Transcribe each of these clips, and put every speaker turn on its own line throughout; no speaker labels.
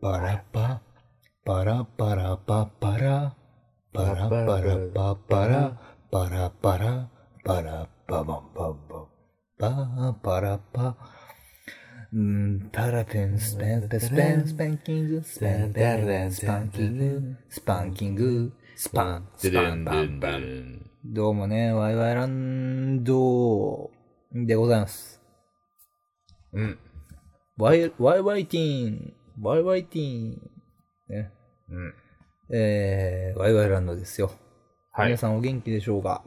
パラパ、パラパラパパラ、パラパラパパラ、パラパラ、パラパバンバンバン、パーパラパ、うんタラテン、スペン、スペン、スペンキング、スペン、タラテン、スパンキング、スパンキング、スパン、スパン、パン、パン。どうもね、ワイワイランドでございます。
うん。
ワイ、ワイワイティーン、ワイワイティーン、ね、
うん。
えー、ワイワイランドですよ。
はい
皆。さんお元気でしょうか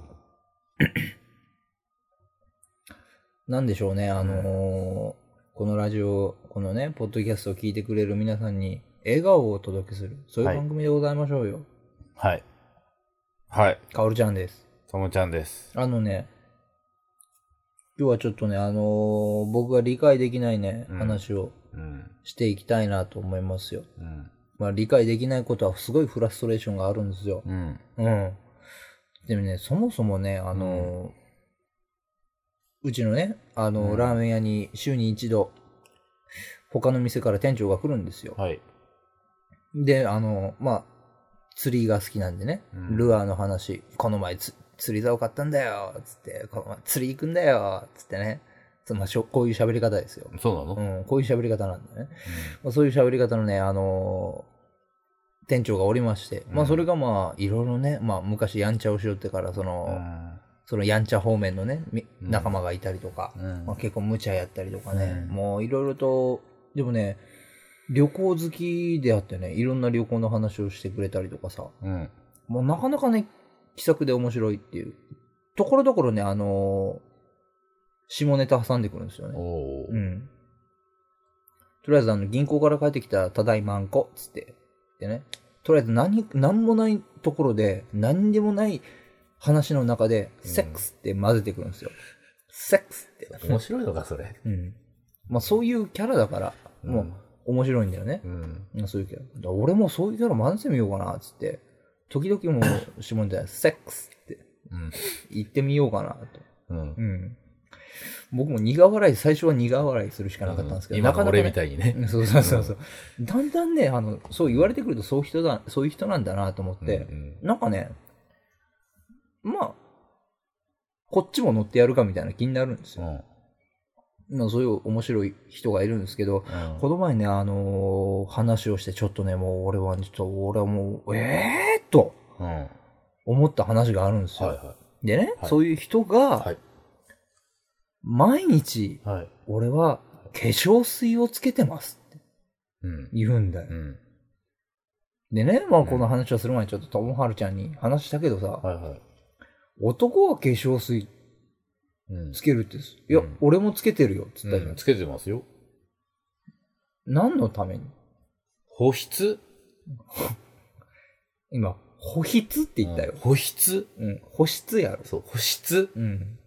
なんでしょうね、あのーこのラジオ、このね、ポッドキャストを聞いてくれる皆さんに笑顔をお届けする、そういう番組でございましょうよ。
はい。はい。
かおるちゃんです。
ともちゃんです。
あのね、今日はちょっとね、あのー僕が理解できないね、
うん
話を
うん。
していきたいなと思いますよ。
うん。
まあ理解できないことはすごいフラストレーションがあるんですよ。
うん。
うん。でもね、そもそもね、あのーうちのね、あのー
うん
ラーメン屋に週に一度、他の店から店長が来るんですよ。
はい。
で、あのーまあ、釣りが好きなんでね、
うん
ルアーの話、この前つ釣り竿買ったんだよ、つって、この前釣り行くんだよ、つってね、そまあ、しょこういう喋り方ですよ。
そうなの、
うん、こういう喋り方なんだね。まあ、そういう喋り方のね、あのー店長がおりまして、ま
う
あ
ん
それがまあいろいろね、まあ昔やんちゃをしよってから、その、
うん
そのやんちゃ方面のね、み
うん
仲間がいたりとか、
うん
まあ、結構無茶やったりとかね、
うん
もういろいろと、でもね、旅行好きであってね、いろんな旅行の話をしてくれたりとかさ、
うん。
もうなかなかね、気さくで面白いっていう。ところどころね、あのー下ネタ挟んでくるんですよね。
おー
うん。とりあえず、あの、銀行から帰ってきた、ただいまんこ、つって。でね、とりあえず何、何もないところで、何でもない話の中で、
うん
セックスって混ぜてくるんですよ。セックスって。
面白いのか、それ。
うん。まあ、そういうキャラだから、もう、面白いんだよね
う。ん。
うん、そういうキャラ。だから俺もそういうキャラ混ぜてみようかな、つって。時々もう、下ネタで、セックスって
うん。
言ってみようかな、と。
うん
う。ん。僕も苦笑い、最初は苦笑いするしかなかったんですけど、
今
なか
の
なかね
俺みたいにね。
そうそうそうそう。だんだんね、あの、そう言われてくるとそういう人だ、そういう人なんだなと思って、
うん
なんかね、まあ、こっちも乗ってやるかみたいな気になるんです
う
よ。
ん。
まあ、そういう面白い人がいるんですけど、
うん
この前ね、あのー話をして、ちょっとね、もう俺は、ちょっと俺はもう、えーっと
うん。はい
思った話があるんですよ。
は
でね、
はい
そういう人が、
はい
毎日、
い。はい。
俺は化粧水をつけてますって
うん。
言うんだよ。
うん。
でね、まあ
うん
この話をする前にちょっとともはるちゃんに話したけどさ、
はいはい。
男は化粧水
うん
つけるってす、いや、
うん
俺もつけてるよっつったじゃん。
うんつけてますよ。
何のために
保湿
今、保湿って言ったよ
うん。保湿
うん、保湿やろ。
そう、保湿
うん。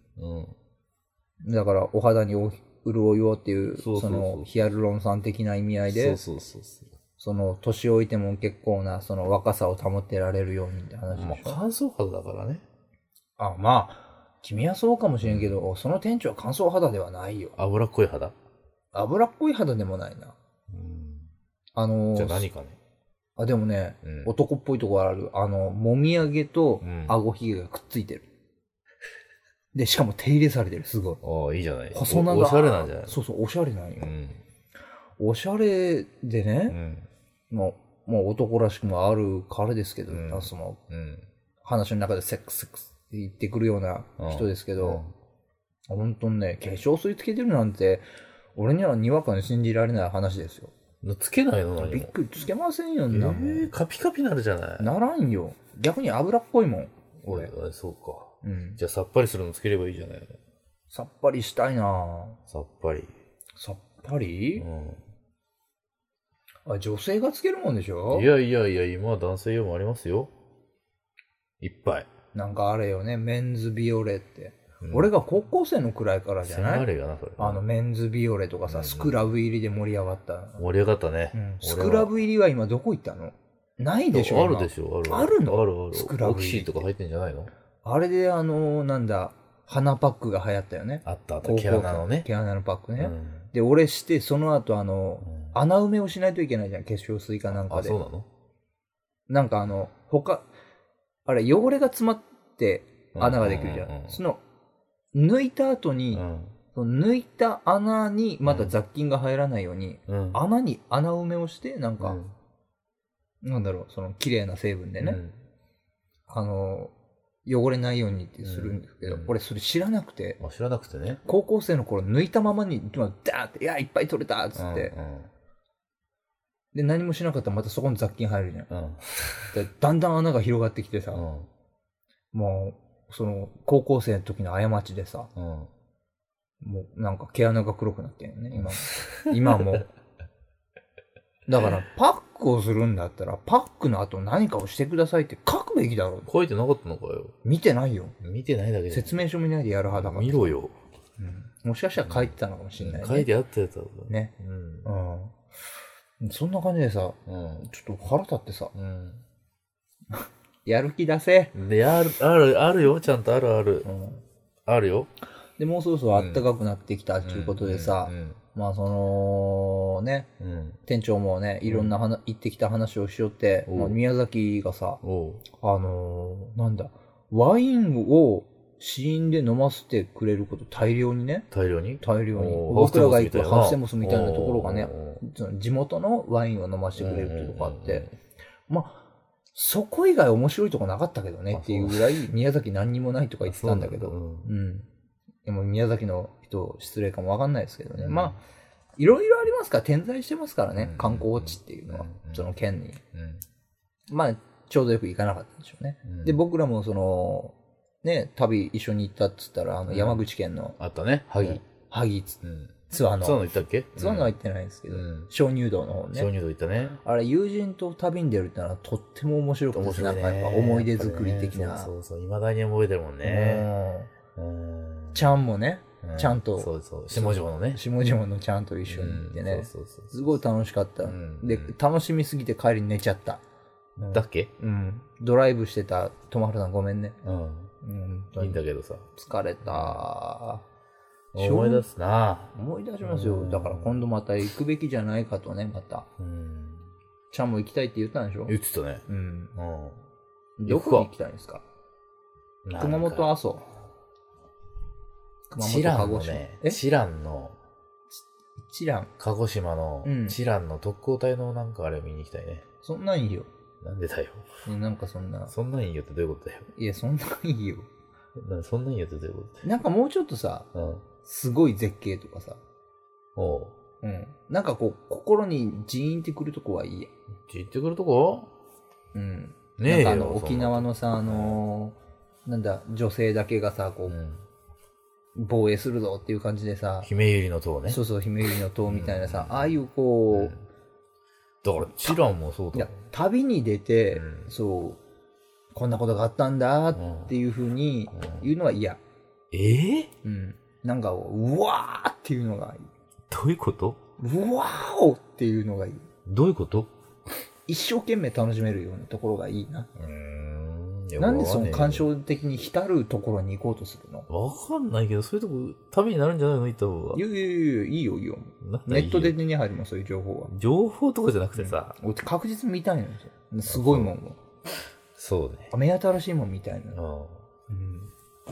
うん。
だから、お肌にお潤いをっていう、
そうそうそう
の、ヒアルロン酸的な意味合いで、そ
そうそうそうそう。
の、年老いても結構な、その若さを保ってられるようにって話
ま
で
あ、
しょ。
乾燥肌だからね。
あ、まあ、君はそうかもしれんけど、その店長は乾燥肌ではないよ。
脂っこい肌。
脂っこい肌でもないな。
うん。
あのー
じゃあ何かね。
あ、でもね、
うん
男っぽいとこある。あの、もみあげと
うん
顎ひげがくっついてる。で、しかも手入れされてる、すごい。
ああ、いいじゃない。
細長い
おおしゃれなんじゃない
そうそう、おしゃれなんよ。
うん。
おしゃれで
う
ね、
ん。
もう、もう男らしくもある彼ですけど、
うん
あその、
うん。
話の中でセックスセックスって言ってくるような人ですけ
う
ど、
ん
本当にね、化粧水つけてるなんて、俺にはにわかに信じられない話ですよ。
なつけないの何も。
びっくりつけませんよ、
え
んなもん
ー、カピカピなるじゃない。
ならんよ。逆に油っぽいもん、
俺、
俺。
あそうか。
うん。
じゃあさっぱりするのつければいいじゃない。
さっぱりしたいなぁ
さっぱり。
さっぱり、
う
あ女性がつけるもんでしょ
ん。いやいやいや、今は男性用もありますよ。いっぱい。
なんかあれよね、メンズビオレって。
うん
俺が高校生のくらいからじゃ
セ
な
ナ
い
レがな、それ。
あの、メンズビオレとか
う
さ、
ん
スクラブ入りで盛り上がった。
盛り上がったね。
うんス
俺は
クラブ入りは今どこ行ったのないでしょ
あるで
ょ。
しょ、ある。
あるの
あるある。
スクラブ
オキシーとか入ってんじゃないの
あれであのーなんだ、鼻パックが流行ったよね。
あったあった、
高校
毛
生
穴のね。
毛穴のパックね。
うん
で、俺して、その後あの
うん
ー、穴埋めをしないといけないじゃん、化粧水かなんか
あ、
で。
そうなの
なんかあの、他、あれ、汚れが詰まって
うん
穴ができるじゃ。
うんうう
その、抜いた後に、
うん
その抜いた穴にまた雑菌が入らないように、
うん。
穴に穴埋めをして、なんか、
うん
なんだろう、その綺麗な成分でね、
うん
あの、汚れないようにってするんですけど、
うん
俺それ知らなくて、
あ知らなくてね。
高校生の頃抜いたままに、今ダーって、いや、いっぱい取れたっつって、で、何もしなかったらまたそこに雑菌入るじゃん。
うん。うん。
でだんだん穴が広がってきてさ、
うん。
もう、その、高校生の時の過ちでさ、
うん。
もうなんか毛穴が黒くなってんよね、今。 今も。だから、パックをするんだったら、パックの後何かをしてくださいって書くべきだろう。
書いてなかったのかよ。
見てないよ。
見てないだけで。
説明書見ないでやる派だから。
見ろよ。
うんもしかしたら書いてたのかもしれない、ね。
書いてあったやつだぞ。
ね。
うん。
うん。そんな感じでさ、
うん。
ちょっと腹立ってさ、
う
やる気出せ。
ん。で、ある、ある、あるよ。ちゃんとあるある
う。ん。
あるよ。
で、もうそろそろ暖かくなってきたっていうことでさ、
うん。
まあその、ね、
うんうん。
店長もね、いろんな話、行ってきた話をしよって、
おう
まあ宮崎がさ、
おう。
あのーなんだ、ワインを試飲で飲ませてくれること大量にね、
大量に
大量に。
おう
僕らが行
ハウステンボスみたい
く
な
ハウステンボスみたいなところがね
おうおうおう、
その地元のワインを飲ませてくれるっていうとこあっ
うんうん
て、まあ、そこ以外面白いとこなかったけどね
あ
っていうぐらい、宮崎何にもないとか言ってたんだけ
あそう
ど、
なんだ
うん。でも宮崎の人失礼かもわかんないですけどね。
うん
まあ、いろいろありますから、点在してますから
うん
ね、観光地っていうのは
う、ん
その県に。
うん
まあ、ちょうどよく行かなかったんでしょうね。
うん
で、僕らもその、ね、旅一緒に行ったっつったら、あの、
うん
山口県の、
あったね。萩。
萩ツ
うん。
ツアーの、
ツアーの行ったっけ
ツアーのは行ってないんですけど、
うん
鍾乳洞の方
鍾
ね。
乳洞行ったね。
あれ、友人と旅に出るってのはとっても面白くて、なんかやっぱ思い出作り的
やっぱりね
な。
そうそうそう、未だに覚えてるもんね。
うんちゃんもね、
うん
ちゃんと
そうそう、下々のね。
下々のちゃんと一緒に行ってね、
うんそうそうそ
すごい楽しかった、
うん
で、楽しみすぎて帰り寝ちゃった。
う。だっけ
うん。ドライブしてた、とまはるさんごめんね。
うん。
うん、
いいんだけどさ。
疲れた。
思い出すな
思い出しますよ、
うん
だから今度また行くべきじゃないかとねまた
うん。
ちゃんも行きたいって言ったんでしょ
言ってたね。
うん
うん。
どこに行きたいんですか
なんか
熊本阿蘇熊
知らんの
え
ね。知らんの。
知らん
鹿児島の
うん、
知らんの特攻隊のなんかあれ見に行きたいね。
そんなんいいよ
なんでだよ。
いやなんかそんな
そんなんいいよってどういうことだよ。
いやそんなんいいよ
なそんなんいいよってどういうこと
なんかもうちょっとさ
だよ。うん。
すごい絶景とかさ
おう。
うんなんかこう心にジーンってくるとこはいいや
ち行ってくるとこ
うん
ねえ
なんかあ
よ。
の沖縄のさあのーなんだ女性だけがさこ
そん
う
な、うん
防衛するぞっていう感じでさ
姫百合の塔ね。
そうそう、姫百合の塔みたいなさ、
うん
ああいうこう、
だから、チランもそう
い
だ
や、旅に出て、
うん
そう、こんなことがあったんだっていうふうに
うん
言うのは嫌。
えー、
うん。なんか、うわーっていうのがいい。
どういうこと
うわーおっていうのがいい。
どういうこと
一生懸命楽しめるようなところがいいな。
うーんいや
なんでその感
わ
傷的に浸るところに行こうとするの
かんないけど、そういうとこ、旅になるんじゃないの行った方が
い。やいやいやいいよいいよ。
なんか
ネ
いいよ
ットで手に入りますそういう情報は。
情報とかじゃなくてさ。
俺確実に見たいのよ。すごいもんも。
そうね。
目新しいもん見たいのよ。
うん。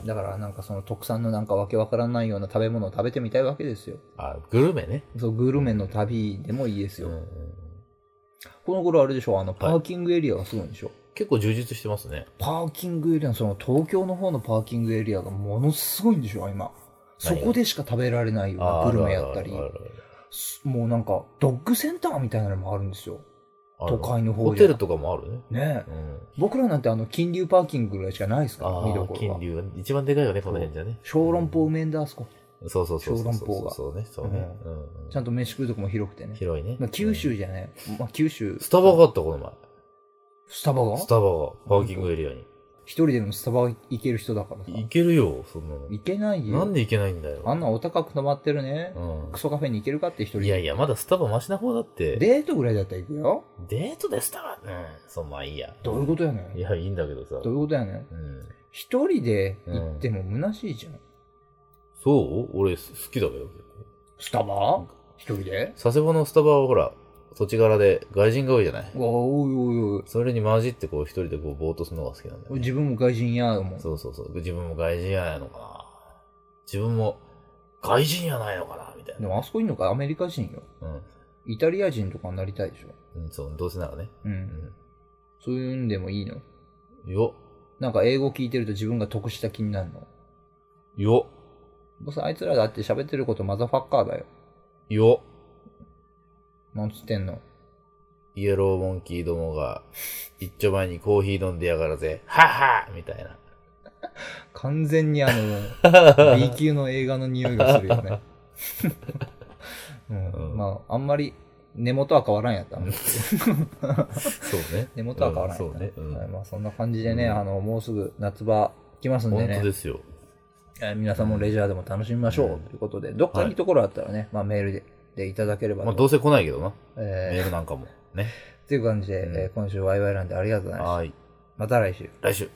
だからなんかその特産のなんかわけわからないような食べ物を食べてみたいわけですよ。
あ、グルメね。
そうグルメの旅でもいいです
う
よ。
んうん
この頃あれでしょ、あのパーキングエリアがすごいんでしょ。
結構充実してますね。
パーキングエリアのその東京の方のパーキングエリアがものすごいんでしょ、今。そ
何が
こでしか食べられないようなグルメやったり、
あるあるある
すもうなんかドッグセンターみたいなのもあるんですよ。
ある
都会の方
ホ
じゃ
テルとかもあるね。
ねえ
うん。
僕らなんてあの金龍パーキングぐらいしかないですから
あ、
見ど
あ、
ころ
金
が。
龍、一番でかいよね、この辺じゃね。
小籠包梅んだあそこ。
そうそうそうそう。
小籠包が
そうね、そうね。うんうん
ちゃんと飯食うとこも広くてね。
広いね
まあ、。九州じゃね、まあ、九州。
スタバがあった、この前。
スタバが
スタバが、パーキングエリアに。
一人でもスタバ行ける人だからさ。
行けるよ、そんなの。
行けないよ。
なんで行けないんだよ。
あんなお高く泊まってるね。ク
う
ソカフェに行けるかって一人
ん。
で
いやいや、まだスタバマシな方だって。
デートぐらいだったら行くよ。
デートでスタバうん。そう、まあいいや。
どういうことやねん。
いや、いいんだけどさ。
どういうことやねん。
うん。
一人で行っても虚しいじゃん。
そう俺、す好きだけど。
スタバ一人で
佐世保のスタバはほら、土地柄で外人が多いじゃない
おおいおいおい
それに混じってこう一人でこうぼーっとするのが好きなんだよ、ね。
自分も外人やもん
そうそうそう。自分も外人やないのかな。自分も外人やないのかな、みたい
で
な。
もあそこいんのかアメリカ人よ
うん
イタリア人とかになりたいでしょ
うん。そう、どうせならね。
う
うんん。
そういうんでもいいの
よ、
なんか英語聞いてると自分が得した気になるの
よ、
どうせあいつらだって喋ってることマザファッカーだよ
よ、
なんつってんの
イエローモンキーどもが、一丁前にコーヒー飲んでやがらぜ、はっはみたいな。
完全にあ の B 級の映画の匂いがするよね、うん
うん
まああんまり根元は変わらんやった
そうね。
根元は変わらんや
うん
った、
そうね。うん
はいまあ、そんな感じでね、
うん
あのもうすぐ夏場来ますんで
本
ね
当ですよ。
えー皆さんもレジャーでも楽しみましょう、
うん
ということでどっかいいところあったらね、まあ、メールででいただければ
まあ、
と、
どうせ来ないけどな。メ
え
ールなんかも。ね。
ー、という感じで、
うん
えー今週ワイワイランでありがとうございました
はい。
また来週
来週。